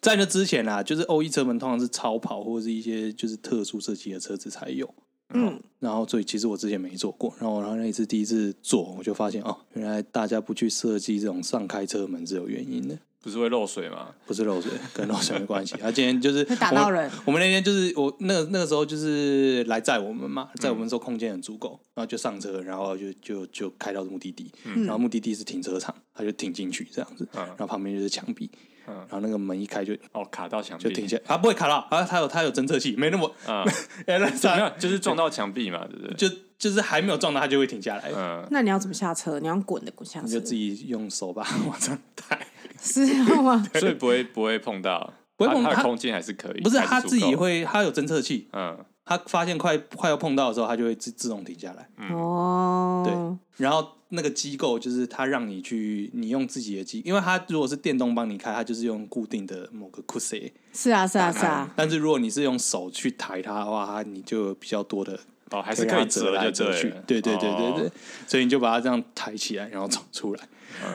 Speaker 1: 在那之前啊，就是欧 E 车门通常是超跑或者是一些就是特殊设计的车子才有。
Speaker 3: 嗯，
Speaker 1: 然后所以其实我之前没做过，然后我然后那一次第一次做，我就发现哦，原来大家不去设计这种上开车门是有原因的。
Speaker 2: 不是会漏水吗？
Speaker 1: 不是漏水，跟漏水没关系。啊他今天 就是
Speaker 3: 会打
Speaker 1: 我们
Speaker 3: 到人
Speaker 1: 我们那天就是我那个那个时候就是来载我们
Speaker 2: 嗯
Speaker 1: 嘛，载我们的时候空间很足够，然后就上车，然后就就就开到目的地，然后目的地是停车场，他就停进去这样子，
Speaker 2: 嗯
Speaker 1: 然后旁边就是墙壁，然后那个门一开就
Speaker 2: 哦，卡到墙
Speaker 1: 就停
Speaker 2: 壁，
Speaker 1: 下，啊不会卡到啊，他有他有侦测器， 没那么
Speaker 2: 嗯，
Speaker 1: 哎那
Speaker 2: 没
Speaker 1: 啥
Speaker 2: 有，就是撞到墙壁嘛，对不对？
Speaker 1: 就就是还没有撞到他就会停下来，
Speaker 2: 嗯，
Speaker 3: 那你要怎么下车？你要滚的滚下车，
Speaker 1: 你就自己用手把它 往上抬。
Speaker 2: 嗯
Speaker 3: 是要吗？
Speaker 2: 所以不会不会碰到，
Speaker 1: 不会碰
Speaker 2: 它它
Speaker 1: 它
Speaker 2: 的空间还是可以，
Speaker 1: 不是
Speaker 2: 还
Speaker 1: 他
Speaker 2: 足
Speaker 1: 自己
Speaker 2: 够，
Speaker 1: 会，他有侦测器，
Speaker 2: 嗯，
Speaker 1: 他发现快快要碰到的时候，他就会自自动停下来。
Speaker 3: 哦，
Speaker 1: 然后那个机构就是它让你去，你用自己的机，因为它如果是电动帮你开，它就是用固定的某个 c u s e
Speaker 3: 是啊，是啊，是
Speaker 2: 嗯
Speaker 3: 啊，
Speaker 1: 但是如果你是用手去抬它的话，它你就有比较多的
Speaker 2: 哦，还
Speaker 1: 还
Speaker 2: 是可以
Speaker 1: 啊折
Speaker 2: 就
Speaker 1: 来
Speaker 2: 对
Speaker 1: 折去
Speaker 2: 了，
Speaker 1: 对对对对对，
Speaker 2: 哦
Speaker 1: 所以你就把它这样抬起来，然后走出来，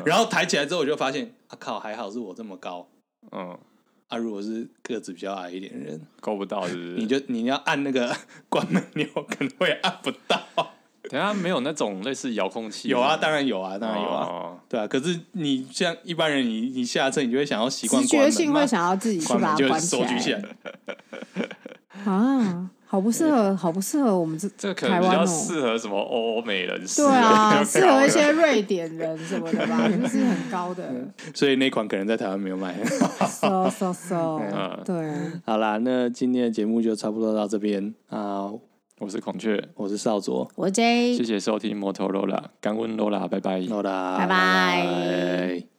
Speaker 1: 然后抬起来之后，我就发现，啊靠，还好是我这么高。
Speaker 2: 嗯，
Speaker 1: 啊，如果是个子比较矮一点的人，
Speaker 2: 够不到，是不
Speaker 1: 你
Speaker 2: 是？
Speaker 1: 就你要按那个 关门钮，可能会按不到。
Speaker 2: 等一下没有那种类似遥控器，
Speaker 1: 有啊，当然有啊，当然有啊。
Speaker 2: 哦，
Speaker 1: 对啊，可是你像一般人你，你下车你就会想要习惯
Speaker 3: 直
Speaker 1: 嗯关门
Speaker 3: 觉
Speaker 1: 嘛
Speaker 3: 性会想要自己去
Speaker 1: 关
Speaker 3: 把
Speaker 1: 门
Speaker 3: 它
Speaker 1: 就
Speaker 3: 关
Speaker 1: 是
Speaker 3: 起
Speaker 1: 手举起
Speaker 3: 来
Speaker 1: 来，
Speaker 3: 啊，好不适合，好不适合我们这
Speaker 2: 这可能
Speaker 3: 台
Speaker 2: 比
Speaker 3: 湾
Speaker 2: 较
Speaker 3: 哦。
Speaker 2: 适合什么欧美人士，
Speaker 3: 对啊，
Speaker 2: 比较
Speaker 3: 适
Speaker 2: 高
Speaker 3: 合
Speaker 2: 的
Speaker 3: 一些瑞典人什么的吧，就是很高的，
Speaker 1: 所以那款可能在台湾没有卖。
Speaker 3: 嗖嗖嗖，
Speaker 2: 嗯
Speaker 3: 对，
Speaker 1: 好啦，那今天的节目就差不多到这边啊、
Speaker 2: 我是孔雀，
Speaker 1: 我是少佐，
Speaker 3: 我
Speaker 2: 谢
Speaker 3: J，
Speaker 2: 谢收听摩托罗拉，感恩罗拉，拜拜。
Speaker 1: 好啦，
Speaker 3: 拜拜
Speaker 1: 拜